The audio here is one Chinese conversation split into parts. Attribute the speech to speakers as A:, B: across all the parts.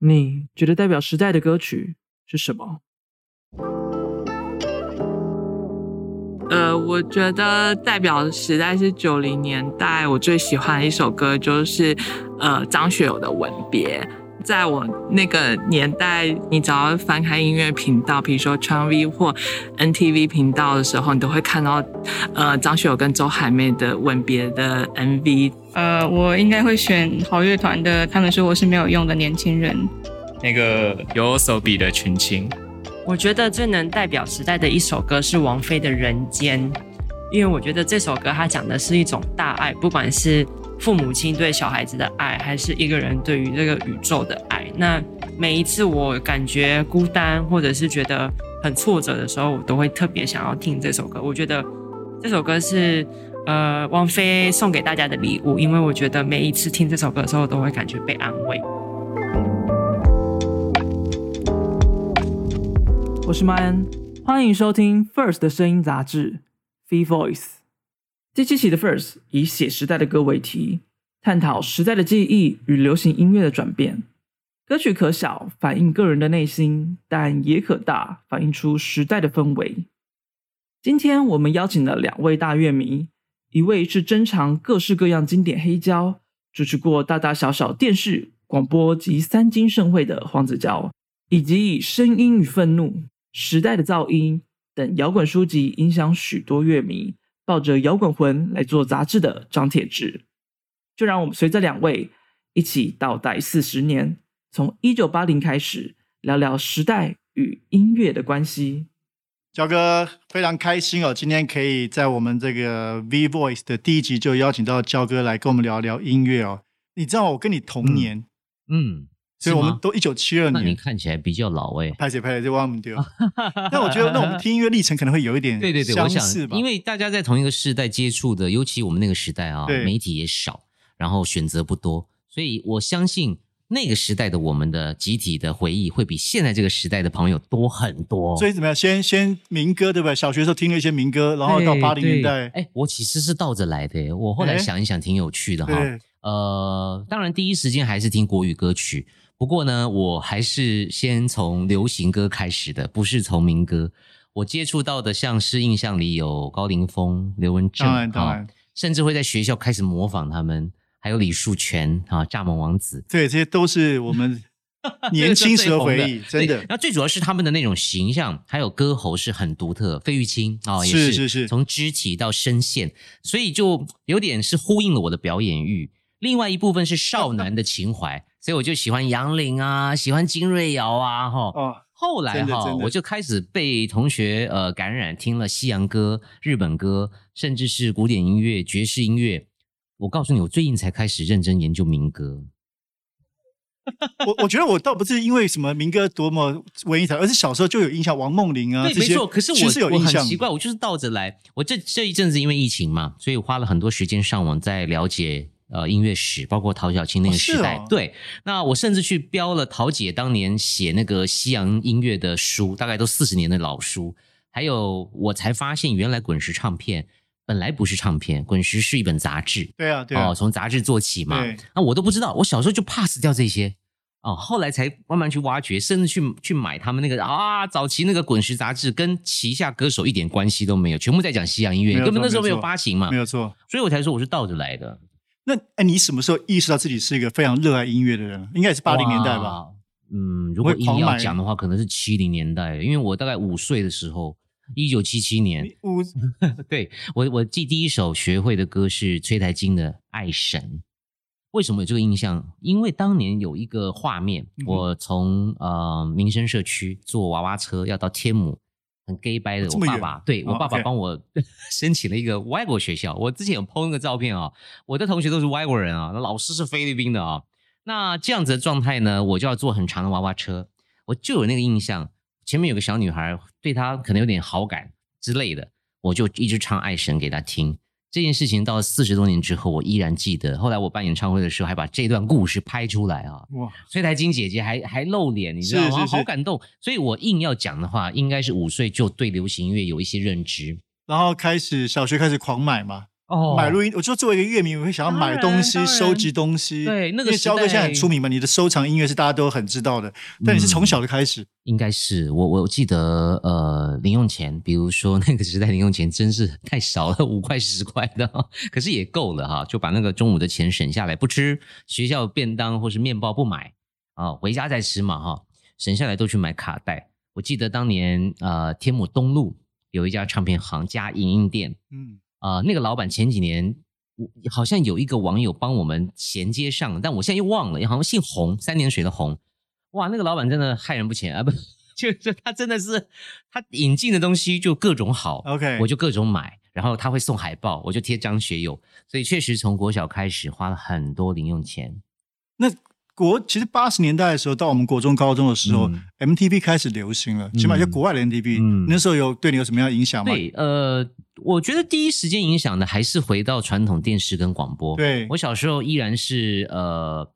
A: 你觉得代表时代的歌曲是什么？
B: 呃，我觉得代表时代是九零年代，我最喜欢的一首歌就是呃张学友的《吻别》。在我那个年代，你只要翻开音乐频道，比如说川 V 或 NTV 频道的时候，你都会看到，呃，张学友跟周海媚的吻别的 MV。
C: 呃，我应该会选好乐团的。他们说我是没有用的年轻人。
D: 那个有手比的群青，
E: 我觉得最能代表时代的一首歌是王菲的《人间》，因为我觉得这首歌它讲的是一种大爱，不管是父母亲对小孩子的爱，还是一个人对于这个宇宙的爱。那每一次我感觉孤单或者是觉得很挫折的时候，我都会特别想要听这首歌。我觉得这首歌是呃王菲送给大家的礼物，因为我觉得每一次听这首歌的时候，都会感觉被安慰。
A: 我是麦恩，欢迎收听 First 的声音杂志 Free Voice。第七期的 First 以写时代的歌为题，探讨时代的记忆与流行音乐的转变。歌曲可小，反映个人的内心，但也可大，反映出时代的氛围。今天我们邀请了两位大乐迷，一位是珍藏各式各样经典黑胶，主持过大大小小电视、广播及三金盛会的黄子佼，以及以声音与愤怒、时代的噪音等摇滚书籍影响许多乐迷，抱着摇滚魂来做杂志的张铁志。就让我们随着两位一起倒带四十年，从一九八零开始，聊聊时代与音乐的关系。
F: 焦哥非常开心哦，今天可以在我们这个 V Voice 的第一集就邀请到焦哥来跟我们聊聊音乐哦。你知道我跟你同年，
G: 嗯，
F: 所以我
G: 是
F: 们
G: 吗
F: 都一九七二
G: 那你
F: 年。
G: 看起来比较老哎、
F: 拍谁拍谁，这忘不掉。 但我觉得，那我们听音乐历程可能会有一点
G: 对对对，我
F: 相
G: 想
F: 似，吧。
G: 因为大家在同一个世代接触的，尤其我们那个时代啊，
F: 对
G: 媒体也少，然后选择不多，所以我相信那个时代的我们的集体的回忆会比现在这个时代的朋友多很多。
F: 所以怎么样？先先民歌对不对？小学的时候听了一些民歌，然后到
G: 对
F: 八零年
G: 对
F: 代，
G: 哎，我其实是倒着来的耶。我后来
F: 哎
G: 想一想，挺有趣的哈。
F: 对，
G: 呃，当然第一时间还是听国语歌曲，不过呢，我还是先从流行歌开始的，不是从民歌。我接触到的像是印象里有高凌风、刘文正，
F: 当然
G: 哈
F: 当然，
G: 甚至会在学校开始模仿他们，还有李树全啊，蚱蜢王子，
F: 对，这些都是我 们年轻时候回忆，真的
G: 对。那最主要是他们的那种形象，还有歌喉是很独特。费玉清啊、哦，也
F: 是
G: 是
F: 是是
G: 从肢体到声线，所以就有点是呼应了我的表演欲。另外一部分是少男的 情怀，所以我就喜欢杨林啊，喜欢金瑞瑶啊，哈、
F: 哦，
G: 后来
F: 真的
G: 哈、
F: 真的
G: 我就开始被同学呃感染，听了西洋歌、日本歌，甚至是古典音乐、爵士音乐。我告诉你，我最近才开始认真研究民歌。
F: 我我觉得我倒不是因为什么民歌多么文艺才，而是小时候就有印象，王梦玲啊
G: 对，
F: 这
G: 没
F: 些，
G: 错。可是
F: 其实有
G: 我我
F: 印
G: 很
F: 象。
G: 奇怪，我就是倒着来。我这这一阵子因为疫情嘛，所以花了很多时间上网在了解呃音乐史，包括陶小青那
F: 哦
G: 个
F: 是
G: 时代。
F: 哦
G: 对，那我甚至去标了陶姐当年写那个西洋音乐的书，大概都四十年的老书。还有，我才发现原来滚石唱片本来不是唱片，滚石是一本杂志。
F: 对啊，对啊，
G: 哦，从杂志做起嘛。
F: 对
G: 那我都不知道，我小时候就 pass 掉这些哦，后来才慢慢去挖掘，甚至去去买他们那个啊，早期那个滚石杂志跟旗下歌手一点关系都没有，全部在讲西洋音
F: 没
G: 乐，
F: 有
G: 根本
F: 错
G: 那时候
F: 没
G: 没
F: 有
G: 有
F: 错
G: 发行嘛
F: 没，有错。
G: 所以我才说我是倒着来的。
F: 那哎，你什么时候意识到自己是一个非常热爱音乐的人？应该也是八零年代吧？
G: 哇。嗯，如果
F: 会
G: 硬
F: 狂
G: 要
F: 买
G: 讲的话，可能是七零年代，因为我大概五岁的时候，一九七七年，
F: 你我
G: 对我，我记第一首学会的歌是崔台金的《爱神》。为什么有这个印象？因为当年有一个画面，
F: 嗯哼
G: 我从呃民生社区坐娃娃车要到天母，很 gay 掰的。
F: 这
G: 我
F: 么
G: 爸
F: 远
G: 爸对我
F: 哦
G: 爸爸
F: OK
G: 帮我 申请了一个外国学校。我之前有 PO 那个照片啊、我的同学都是外国人啊，那老师是菲律宾的啊、那这样子的状态呢，我就要坐很长的娃娃车，我就有那个印象，前面有个小女孩，对她可能有点好感之类的，我就一直唱《爱神》给她听。这件事情到四十多年之后，我依然记得。后来我办演唱会的时候，还把这段故事拍出来啊。
F: 哇，
G: 崔台金姐姐还还露脸，你知道吗？
F: 是是是
G: 好感动。所以我硬要讲的话，应该是五岁就对流行音乐有一些认知。
F: 然后开始小学开始狂买嘛，
G: 哦
F: 买录音，我就作为一个乐迷，我会想要买东西、
G: 当然当然
F: 收集东西。
G: 对那个
F: 因为
G: 时
F: 肖哥现在
G: 代嗯
F: 很出名嘛，你的收藏音乐是大家都很知道的，但你是从小就开始。
G: 应该是我，我记得呃，零用钱，比如说那个时代零用钱真是太少了，五块十块的，可是也够了哈，就把那个中午的钱省下来，不吃学校便当或是面包不买啊，回家再吃嘛哈，省下来都去买卡带。我记得当年呃，天母东路有一家唱片行加影印店，
F: 嗯，
G: 啊，那个老板前几年，我好像有一个网友帮我们衔接上，但我现在又忘了，好像姓洪，三点水的洪。哇，那个老板真的害人不浅啊！不， 就是他真的是他引进的东西就各种好
F: OK
G: 我就各种买，然后他会送海报，我就贴张学友，所以确实从国小开始花了很多零用钱。
F: 那国其实八十年代的时候，到我们国中、高中的时候、
G: 嗯
F: m t v 开始流行了，起码就国外的 MTV、
G: 嗯
F: 那时候有对你有什么样的影响吗？
G: 对，呃，我觉得第一时间影响的还是回到传统电视跟广播。
F: 对
G: 我小时候依然是呃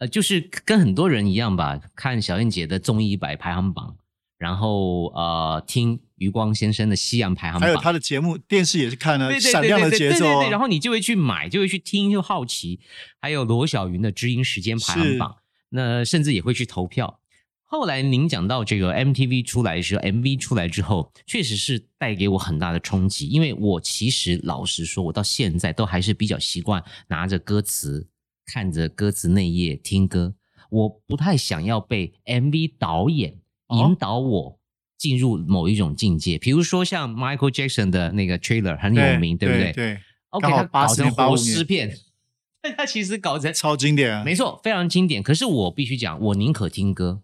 G: 呃，就是跟很多人一样吧，看小燕姐的综艺一百排行榜，然后呃听余光先生的西洋排行
F: 还
G: 榜，
F: 有他的节目，电视也是看了
G: 对
F: 《
G: 对
F: 闪亮的节奏
G: 对对对对》
F: 啊，
G: 对，然后你就会去买，就会去听，就好奇。还有罗小云的知音时间排行榜，那甚至也会去投票。后来您讲到这个 MTV 出来的时候，MV 出来之后，确实是带给我很大的冲击，因为我其实老实说，我到现在都还是比较习惯拿着歌词，看着歌词内页听歌，我不太想要被 MV 导演
F: 哦
G: 引导我进入某一种境界，比如说像 Michael Jackson 的那个 trailer 很有名，对不
F: 对
G: 对？
F: 对，
G: OK，
F: 刚好
G: 他搞
F: 80
G: 成
F: 年85
G: 活
F: 年
G: 尸片， 但他其实搞成
F: 超经典啊。
G: 没错，非常经典。可是我必须讲，我宁可听歌，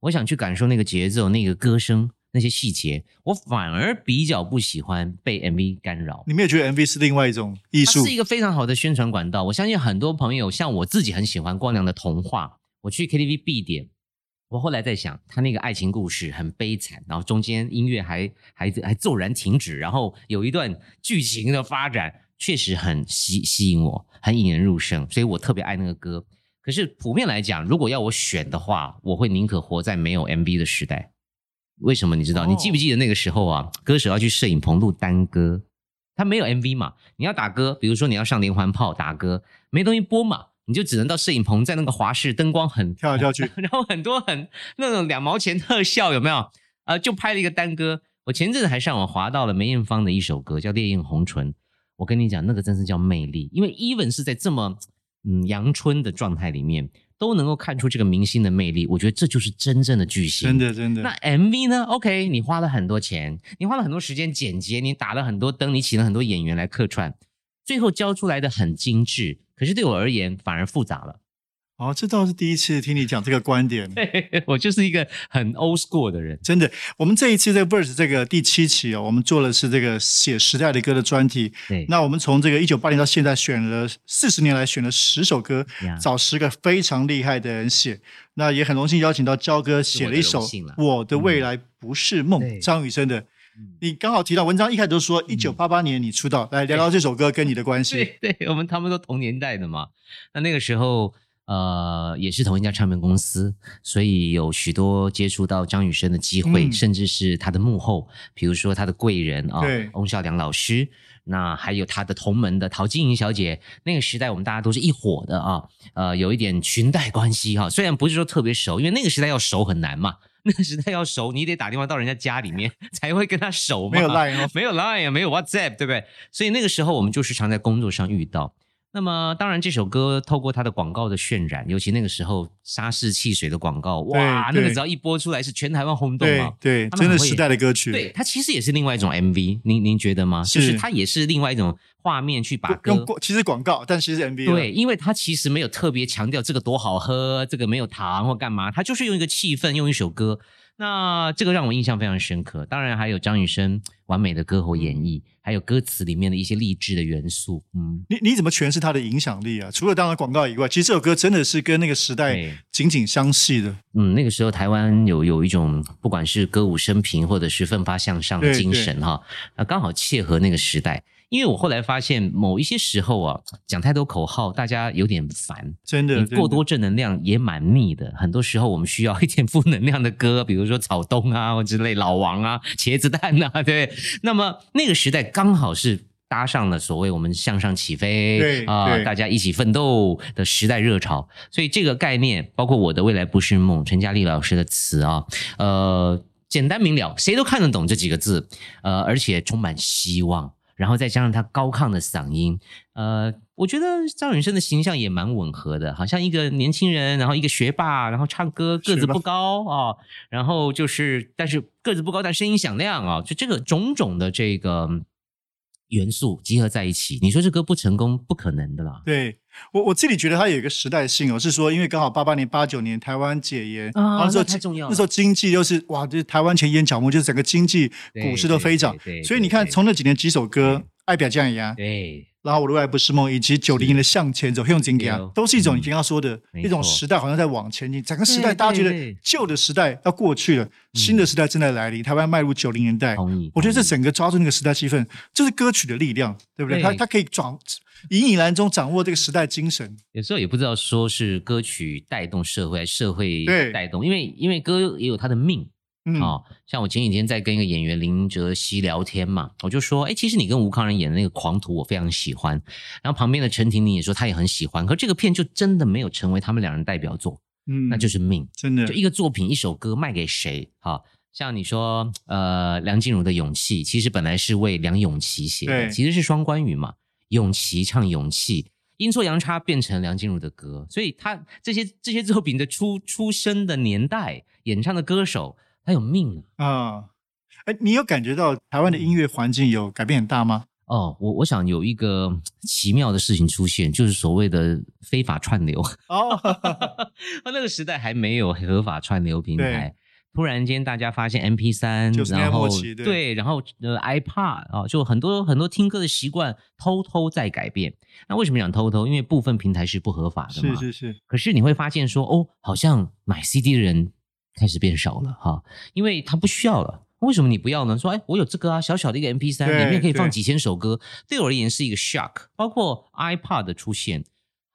G: 我想去感受那个节奏、那个歌声、那些细节，我反而比较不喜欢被 MV 干扰。
F: 你们也觉得 MV 是另外一种艺
G: 它
F: 术
G: 是一个非常好的宣传管道。我相信很多朋友，像我自己很喜欢光良的《童话》，我去 KTV 必点。我后来在想，他那个爱情故事很悲惨，然后中间音乐还还还骤然停止，然后有一段剧情的发展确实很吸吸引我，很引人入胜，所以我特别爱那个歌。可是普遍来讲，如果要我选的话，我会宁可活在没有 MV 的时代。为什么？你知道？你记不
F: 哦
G: 记得那个时候啊，歌手要去摄影棚录单歌，他没有 MV 嘛？你要打歌，比如说你要上连环炮打歌，没东西播嘛，你就只能到摄影棚，在那个华视灯光很
F: 跳来跳去，
G: 然后很多很那种两毛钱特效有没有？呃，就拍了一个单歌。我前阵子还上网划到了梅艳芳的一首歌，叫《烈焰红唇》。我跟你讲，那个真是叫魅力，因为 even 是在这么嗯阳春的状态里面，都能够看出这个明星的魅力。我觉得这就是真正的巨星，
F: 真的真的。
G: 那 MV 呢？OK，你花了很多钱，你花了很多时间剪接，你打了很多灯，你请了很多演员来客串，最后交出来的很精致，可是对我而言反而复杂了。
F: 哦，这倒是第一次听你讲这个观点。
G: 我就是一个很 old school 的人，
F: 真的，我们这一次这个 verse 这个第七期哦，我们做的是这个写时代的歌的专题。
G: 对，
F: 那我们从这个一九八零到现在，选了四十年来选了十首歌
G: 呀
F: 找十个非常厉害的人写。那也很荣幸邀请到焦哥写了一首
G: 是我的荣幸
F: 《
G: 啦
F: 我的未来不是梦》，
G: 对嗯
F: 张雨生的。你刚好提到文章一开始就说一九八八年你出道，来聊聊这首歌跟你的关系。
G: 对对，我们他们都同年代的嘛。那那个时候，呃，也是同一家唱片公司，所以有许多接触到张雨生的机会，
F: 嗯
G: 甚至是他的幕后，比如说他的贵人啊、
F: 对
G: 翁孝良老师。那还有他的同门的陶晶莹小姐，那个时代我们大家都是一伙的啊，呃，有一点裙带关系哈、虽然不是说特别熟，因为那个时代要熟很难嘛，那个时代要熟，你得打电话到人家家里面 才会跟他熟嘛，
F: 没有 line 哦，
G: 没有 Line 啊，没有 WhatsApp，对不对？所以那个时候我们就是常在工作上遇到。那么当然，这首歌透过它的广告的渲染，尤其那个时候沙士汽水的广告，哇，
F: 对
G: 那个只要一播出来是全台湾轰动
F: 对
G: 啊！
F: 对，
G: 他们
F: 真的
G: 很会
F: 时代的歌曲。
G: 对，它其实也是另外一种 MV，您您觉得吗？
F: 是
G: 就是它也是另外一种画面去把歌
F: 用过其实广告，但其实 MV 了
G: 对，因为它其实没有特别强调这个多好喝，这个没有糖或干嘛，它就是用一个气氛，用一首歌。那这个让我印象非常深刻。当然还有张雨生完美的歌喉演绎，还有歌词里面的一些励志的元素。嗯，
F: 你你怎么诠释它的影响力啊？除了当然广告以外，其实这首歌真的是跟那个时代
G: 对
F: 紧紧相系的。
G: 嗯，那个时候台湾有有一种不管是歌舞升平或者是奋发向上的
F: 对
G: 精神哈，那刚好切合那个时代。因为我后来发现某一些时候啊，讲太多口号，大家有点烦。
F: 真的
G: 你
F: 真的
G: 过多正能量也蛮腻的。很多时候我们需要一点负能量的歌，比如说草 东啊或之类，老王啊，茄子蛋啊，对不对。那么那个时代刚好是搭上了所谓我们向上起飞，
F: 对
G: 啊、
F: 对
G: 大家一起奋斗的时代热潮。所以这个概念，包括我的未来不是梦，陈嘉丽老师的词啊，呃，简单明了，谁都看得懂这几个字，呃，而且充满希望。然后再加上他高亢的嗓音，呃，我觉得赵永生的形象也蛮吻合的，好像一个年轻人，然后一个学霸，然后唱歌个子
F: 学霸
G: 不高啊、然后就是，但是个子不高，但声音响亮啊、就这个种种的这个嗯元素集合在一起，你说这歌不成功，不可能的啦。
F: 对我我自己觉得它有一个时代性哦，是说因为刚好八八年、八九年台湾解严，
G: 啊
F: 然后
G: 那
F: 说
G: 太重要了
F: 那时候经济又是哇，就是台湾前烟角木，就是整个经济
G: 对
F: 股市都飞涨
G: 对对对，
F: 所以你看
G: 对
F: 从那几年几首歌，《爱表酱呀》，
G: 对，
F: 然后《我的未来不是梦》，以及九零年的《向前走》《用金给
G: 对哦
F: 都是一种你刚刚说的
G: 没
F: 一种
G: 错
F: 时代，好像在往前进，整个时代
G: 对
F: 大家觉
G: 对
F: 得
G: 对嗯
F: 旧的时代要过去了，新的时代正在来临，台湾迈入九零年代，
G: 同意。
F: 我觉得这
G: 同意
F: 整个抓住那个时代气氛，这是歌曲的力量，对不对？
G: 嗯对
F: 它它可以掌隐隐然中掌握这个时代精神。
G: 有时候也不知道说是歌曲带动社会，还是社会
F: 对
G: 带动，因为因为歌也有它的命。
F: 嗯，
G: 哦，像我前几天在跟一个演员林哲熙聊天嘛，我就说，哎，其实你跟吴康仁演的那个《狂徒》，我非常喜欢。然后旁边的陈婷婷也说她也很喜欢，可这个片就真的没有成为他们两人代表作，
F: 嗯
G: 那就是命。
F: 真的
G: 就一个作品、一首歌卖给谁？哈、像你说，呃，梁静茹的《勇气》，其实本来是为梁咏琪写的，
F: 对
G: 其实是双关语嘛。咏琪唱《勇气》，阴错阳差变成梁静茹的歌，所以她这些这些作品的出出生的年代、演唱的歌手，他有命啊。
F: 啊。哎、你有感觉到台湾的音乐环境有改变很大吗？
G: 哦，我我想有一个嗯奇妙的事情出现，就是所谓的非法串流。
F: 哦，
G: 那个时代还没有合法串流平台，突然间大家发现 M P 三，
F: 90年代
G: 然后
F: 末期对
G: 然后呃 iPad 啊、就很多很多听歌的习惯偷偷在改变。那为什么讲偷偷？因为部分平台是不合法的嘛。
F: 是是是，
G: 可是你会发现说，哦，好像买 CD 的人开始变少了哈，因为他不需要了。为什么你不要呢？说，哎，我有这个啊，小小的一个 MP 三，
F: 对
G: 里面可以放
F: 对
G: 几千首歌，对我而言是一个 shock。包括 iPod 的出现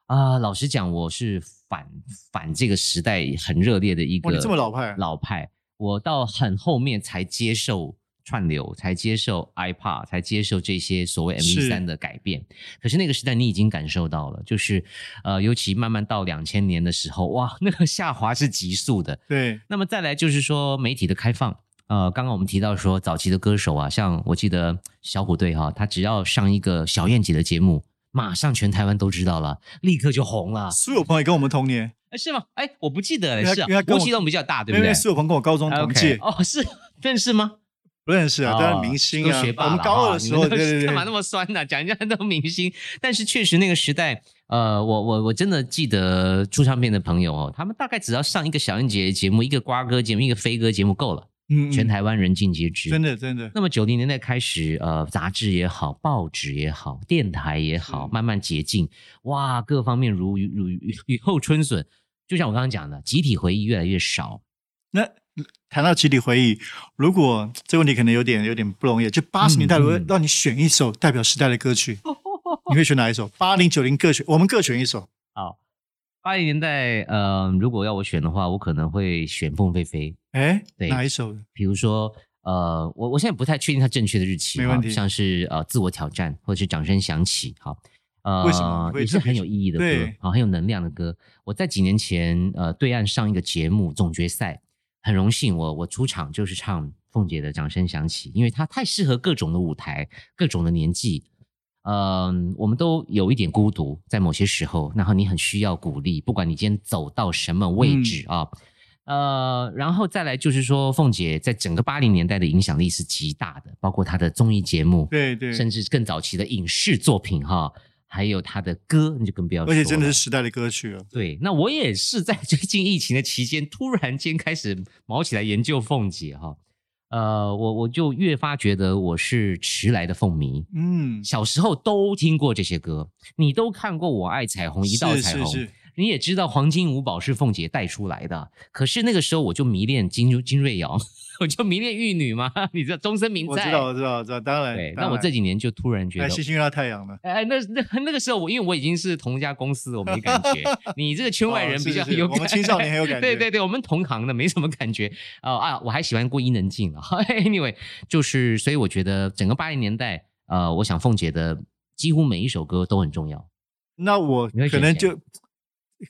G: 啊、老实讲，我是反反这个时代很热烈的一
F: 哇，
G: 个
F: 你这么老派，啊
G: 老派，我到很后面才接受串流，才接受 iPad，才接受这些所谓 M
F: 是
G: 三的改变。可是那个时代你已经感受到了，就是呃，尤其慢慢到两千年的时候，哇，那个下滑是急速的。
F: 对，
G: 那么再来就是说媒体的开放。呃，刚刚我们提到说，早期的歌手啊，像我记得小虎队哈、他只要上一个小燕姐的节目，马上全台湾都知道了，立刻就红了，
F: 苏有朋也跟我们同年，
G: 哎是吗？哎，我不记得
F: 因为
G: 了，
F: 他
G: 是啊
F: 因为他，跟我
G: 郭启栋比较大，对
F: 因
G: 不
F: 为
G: 对？
F: 苏有朋跟我高中同
G: OK
F: 届
G: 哦，是认识吗？
F: 不认识啊，
G: 哦
F: 当然明星
G: 都
F: 啊
G: 学，霸
F: 我们
G: 了
F: 高
G: 哈
F: 二的时
G: 你
F: 候，
G: 们
F: 对
G: 都
F: 对
G: 干嘛那
F: 对，
G: 么酸呢、讲人家都明星，但是确实那个时代，呃，我我我真的记得出唱片的朋友哦，他们大概只要上一个小燕姐节目，一个瓜哥节目，一个飞哥节目够了，
F: 嗯，嗯
G: 全台湾人尽皆知。
F: 真的真的，
G: 那么九零年代开始，呃，杂志也好，报纸也好，电台也
F: 嗯
G: 好，慢慢解禁，哇，各方面如雨如雨雨后春笋。就像我刚刚讲的，集体回忆越来越少，
F: 那谈到集体回忆，如果这个问题可能有点有点不容易，就八十年代，如果
G: 嗯
F: 让你选一首代表时代的歌 曲，你会选哪一首？八零九零各选，我们各选一首。
G: 好，八零年代，呃，如果要我选的话，我可能会选凤飞飞。
F: 哎，
G: 对
F: 哪一首？
G: 比如说，呃，我我现在不太确定它正确的日期，
F: 没
G: 哈
F: 问题
G: 像是呃自我挑战或者是掌声响起，好，呃，
F: 为什么你会
G: 也是
F: 特别
G: 很有意义的歌啊
F: 对，
G: 好，很有能量的歌。我在几年前，呃，对岸上一个节目总决赛，很荣幸我我出场就是唱凤姐的掌声响起，因为它太适合各种的舞台，各种的年纪。嗯，我们都有一点孤独，在某些时候，然后你很需要鼓励，不管你今天走到什么位
F: 嗯
G: 置啊，呃，然后再来就是说，凤姐在整个八零年代的影响力是极大的，包括她的综艺节目，
F: 对对，
G: 甚至更早期的影视作品哈，还有她的歌，你就更不要说
F: 而
G: 了。
F: 且真的是时代的歌曲了。
G: 对，那我也是在 最近疫情的期间，突然间开始毛起来研究凤姐哈，呃，我我就越发觉得我是迟来的凤迷，
F: 嗯，
G: 小时候都听过这些歌，你都看过《我爱彩虹》一道
F: 是
G: 彩虹，
F: 是是，
G: 你也知道黄金五宝是凤姐带出来的，可是那个时候我就迷恋金金瑞瑶， 我就迷恋玉女嘛， 你知道终身名
F: 我
G: 在。
F: 知道我知道我知道，当然。
G: 对，
F: 当
G: 那我
F: 然
G: 这几年就突然觉得
F: 哎，，星星遇到太阳了。
G: 哎，那那那个时候我因为我已经是同一家公司，我没感 觉。你这个圈外
F: 哦
G: 人
F: 是
G: 比较
F: 是是
G: 有
F: 我
G: 感，
F: 们青少年很有感
G: 对
F: 觉
G: 对对，我们同行的没什么感觉。哦、啊，我还喜欢过伊能静了。anyway，就是所以我觉得整个八零年代。呃，我想凤姐的几乎每一首歌都很重要。
F: 那我
G: 你会
F: 可
G: 选
F: 能
G: 谁
F: 就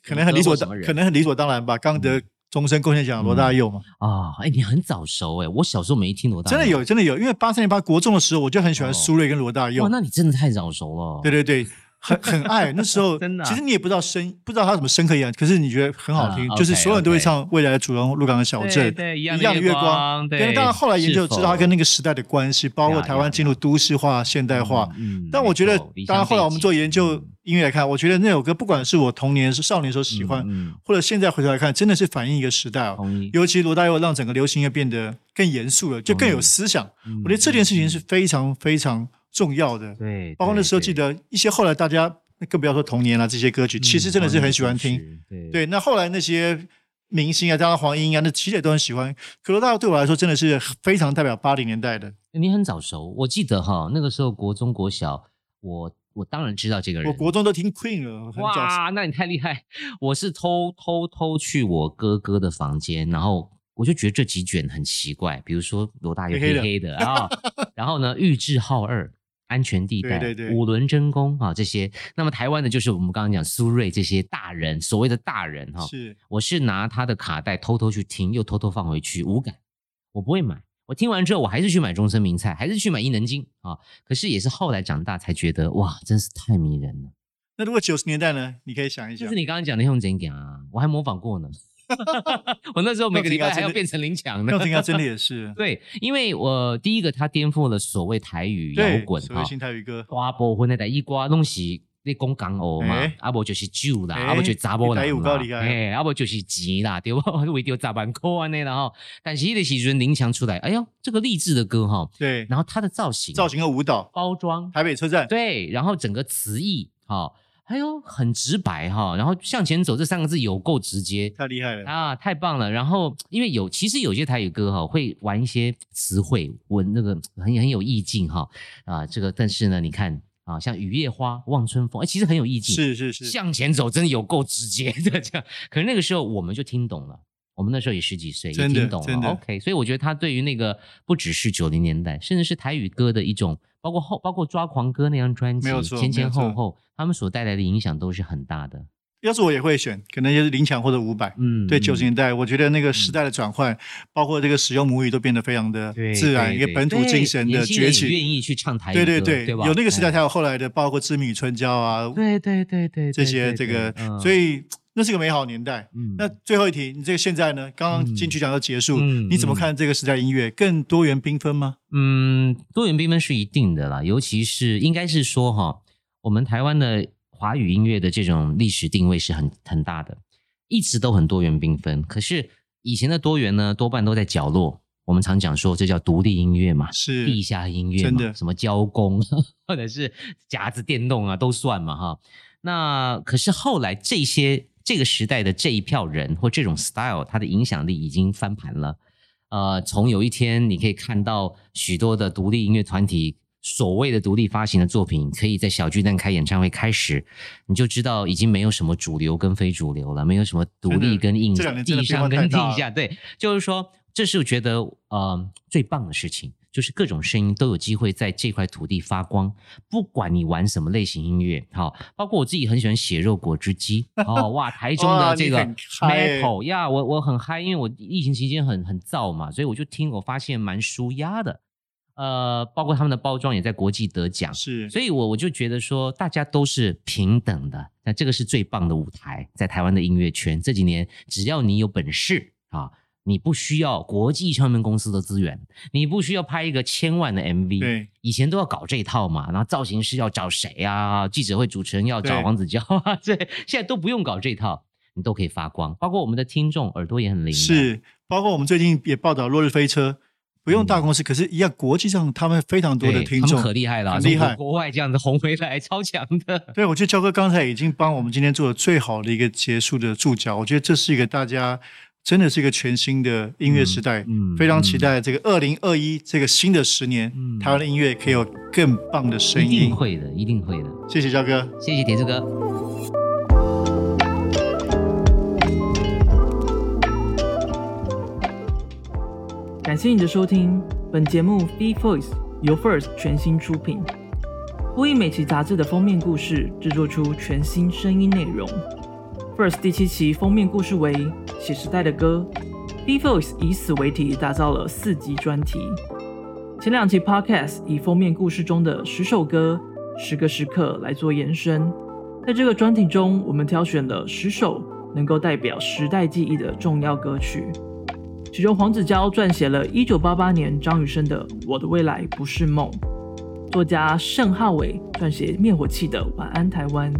F: 可能很理所当
G: 你歌手什么人嗯
F: 可能很理所当然吧。刚得终身贡献奖罗大佑嘛，
G: 啊，哎，你很早熟哎，我小时候没听罗大，
F: 真的有，真的有，因为八三年八国中的时候，我就很喜
G: 哦
F: 欢苏芮跟罗大佑
G: 哇，，那你真的太早熟了，
F: 对对对， 很很爱。那时候
G: 真的啊
F: 其实你也不知道深，不知道他什么深刻一样，可是你觉得很好听，
G: 啊
F: 就是
G: OK，
F: 所有人都会
G: OK
F: 唱《未来的主人翁鹿港的小镇》
G: 对对一
F: 一
G: 样的
F: 样的
G: 月
F: 月
G: 光
F: 光。
G: 对
F: 但是当然后来研究
G: 是否
F: 知道他跟那个时代的关系，包括
G: 呀
F: 台
G: 呀
F: 湾进入都市化、现代化。
G: 嗯
F: 但我觉得，当然后来我们做研究
G: 嗯
F: 音乐来看，我觉得那首歌不管是我童年、是少年时候喜欢，
G: 嗯
F: 或者现在回头来看，真的是反映一个时代哦。
G: 同意，
F: 尤其罗大佑让整个流行音乐变得更严肃了，就更有
G: 嗯
F: 思想。
G: 嗯
F: 我觉得这件事情是非常非常重要的。
G: 对，
F: 包括那
G: 对嗯
F: 时候记，得一些后来大家更不要说童年啊啦、这些歌曲，
G: 对
F: 其实真的是很喜欢听。，
G: 嗯
F: 对，，那后来那些明星啊，当然黄英啊，那其实也都很喜欢。可罗大佑对我来说真的是非常代表八零年代的。
G: 你很早熟，我记得哈，那个时候国中国小，我我当然知道这个人，
F: 我国中都听 Queen 了，很早。
G: 哇，那你太厉害！我是偷偷偷去我哥哥的房间，然后我就觉得这几卷很奇怪，比如说罗大佑
F: 黑黑
G: 黑
F: 的
G: 黑的啊，然后呢，玉置浩二。安全地带、
F: 对对对
G: 五轮真功啊，这些。那么台湾的，就是我们刚刚讲苏芮这些大人，所谓的大人哈、
F: 是
G: 我是拿他的卡带偷偷去听，又偷偷放回去，无感，我不会买。我听完之后，我还是去买终身名菜，还是去买伊能静啊。可是也是后来长大才觉得，哇，真是太迷人了。
F: 那如果九十年代呢？你可以想一
G: 就
F: 想
G: 是，你刚刚讲的用怎讲啊，我还模仿过呢。 我那时候每个礼拜还要变成林强
F: 廖
G: 呢。
F: 廷啊，真的也是
G: 对，因为我第一个他颠覆了所谓台语摇
F: 对
G: 滚
F: 所
G: 哈
F: 谓，新台语歌，
G: 瓜波混那代一瓜拢是你讲港澳嘛
F: 哎，
G: 啊不就是酒啦，
F: 哎
G: 啊不就是查某
F: 你台语
G: 人
F: 有
G: 啦
F: 够厉，害
G: 哎，啊不就是钱啦，对不？ 为着十万块安尼啦吼。但是迄个时阵林强出来，哎呦，这个励志的歌哈，
F: 对，
G: 然后他的造型、
F: 造型和舞蹈，
G: 包装，
F: 台北车站，
G: 对，然后整个词义哈、哦，还有很直白哈、然后向前走这三个字有够直接
F: 太厉害了。
G: 啊，太棒了。然后因为有其实有些台语歌哈、会玩一些词汇，文那个很很有意境哈、啊，这个但是呢，你看啊，像雨夜花、望春风，哎，其实很有意境。
F: 是是是，
G: 向前走，真的有够直接的这样。可是那个时候我们就听懂了，我们那时候也十几岁，也
F: 真的
G: 听懂
F: 真
G: 了。
F: 的
G: OK，所以我觉得他对于那个不只是九零年代，甚至是台语歌的一种，包括后包括抓狂歌那张专辑
F: 没有，错
G: 前前
F: 没
G: 后
F: 有
G: 后他们所带来的影响都是很大的。
F: 要是我也会选，可能就是林强或者伍佰。
G: 嗯，
F: 对九十
G: 嗯
F: 年代，我觉得那个时代的转换，包括这个使用母语都变得非常的
G: 对
F: 自然，
G: 对
F: 一个
G: 对
F: 本土
G: 对
F: 精神
G: 年
F: 的
G: 轻人
F: 崛
G: 也
F: 起。
G: 愿意去唱台语歌，
F: 对对对，
G: 对吧？
F: 有那个时代
G: 哎
F: 才有后来的，包括《知名与春娇》啊，
G: 对对对对对
F: 这些这
G: 对
F: 个，
G: 对嗯
F: 所以那是个美好年代。
G: 嗯
F: 那最后一题，你这个现在呢？刚刚金曲奖要结束，
G: 嗯
F: 你怎么看这个时代音乐更多元缤纷吗？
G: 嗯，多元缤纷是一定的啦，尤其是应该是说哈，我们台湾的华语音乐的这种历史定位是很很大的，一直都很多元缤纷。可是以前的多元呢，多半都在角落。我们常讲说，这叫独立音乐嘛，
F: 是
G: 地下音乐嘛，
F: 真的
G: 什么交工或者是夹子电动啊，都算嘛哈。那可是后来这些这个时代的这一票人或这种 style，它的影响力已经翻盘了。呃，从有一天你可以看到许多的独立音乐团体所谓的独立发行的作品，可以在小巨蛋开演唱会开始，你就知道已经没有什么主流跟非主流了，没有什么独立跟硬
F: 真的这两年真
G: 地
F: 的
G: 上跟
F: 变化太大
G: 地
F: 了
G: 下，对，就是说这是我觉得呃最棒的事情，就是各种声音都有机会在这块土地发光，不管你玩什么类型音乐，好、包括我自己很喜欢血肉果 汁机，哦哇，台中
F: 哇
G: 的
F: 你
G: 这个
F: 很嗨欸
G: metal 呀、我我很嗨，因为我疫情期间很很燥嘛，所以我就听，我发现蛮舒压的。呃，包括他们的包装也在国际得奖，
F: 是，
G: 所以我我就觉得说，大家都是平等的，那这个是最棒的舞台，在台湾的音乐圈这几年，只要你有本事啊，你不需要国际唱片公司的资源，你不需要拍一个千万的 MV，
F: 对，
G: 以前都要搞这一套嘛，然后造型师要找谁啊，记者会主持人要找
F: 对
G: 黄子佼啊， 这现在都不用搞这一套，你都可以发光，包括我们的听众耳朵也很灵，，
F: 是，包括我们最近也报道《落日飞车》，不用大公司，可是一样国际上他们非常多
G: 嗯对，
F: 的听
G: 他
F: 众
G: 们可厉害了，啊
F: 很
G: 从
F: 厉害
G: 国外这样子红回来，超强的，
F: 对，我觉得焦哥刚才已经帮我们今天做了最好的一个结束的注脚，我觉得这是一个大家真的是一个全新的音乐时代，
G: 嗯嗯
F: 非常期待这个二零二一这个新的十年，
G: 嗯
F: 台湾的音乐可以有更棒的声
G: 一
F: 音
G: 定。会的，一定会的。
F: 谢谢焦哥。
G: 谢谢铁柱哥。
A: 感谢你的收听，本节目《B Voice》由 First 全新出品，呼应每期杂志的封面故事，制作出全新声音内容。First 第七期封面故事为《写时代的歌》，B Voice 以此为题打造了四集专题。前两期 Podcast 以封面故事中的十首歌、十个时刻来做延伸。在这个专题中，我们挑选了十首能够代表时代记忆的重要歌曲，其中黄子佼撰写了1988年张雨生的《我的未来不是梦》，作家盛浩伟撰写灭火器的《晚安台湾》。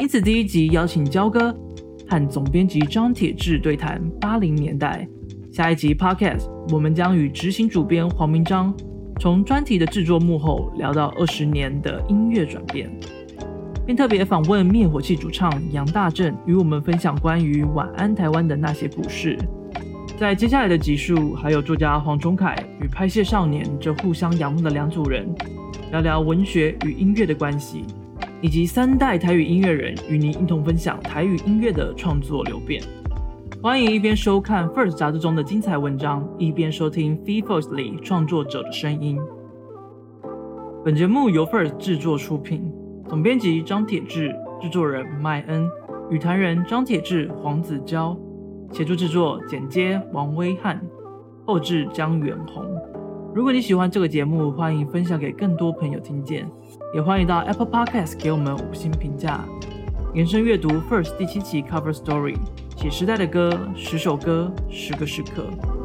A: 因此，第一集邀请焦哥和总编辑张铁志对谈八零年代。下一集 Podcast，我们将与执行主编黄明章从专题的制作幕后聊到二十年的音乐转变，并特别访问灭火器主唱杨大正，与我们分享关于《晚安台湾》的那些故事。在接下来的集数，还有作家黄忠凯与拍戏少年这互相仰慕的两组人，聊聊文学与音乐的关系，以及三代台语音乐人与您一同分享台语音乐的创作流变。欢迎一边收看 First 杂志中的精彩文章，一边收听 Fee First 里创作者的声音。本节目由 First 制作出品，总编辑张铁志，制作人麦恩，语坛人张铁志、黄子佼，协助制作、剪接王威汉，后制江远红。如果你喜欢这个节目，欢迎分享给更多朋友听见，也欢迎到 Apple Podcast 给我们五星评价。延伸阅读 First 第七期 Cover Story，写时代的歌，十首歌，十个时刻。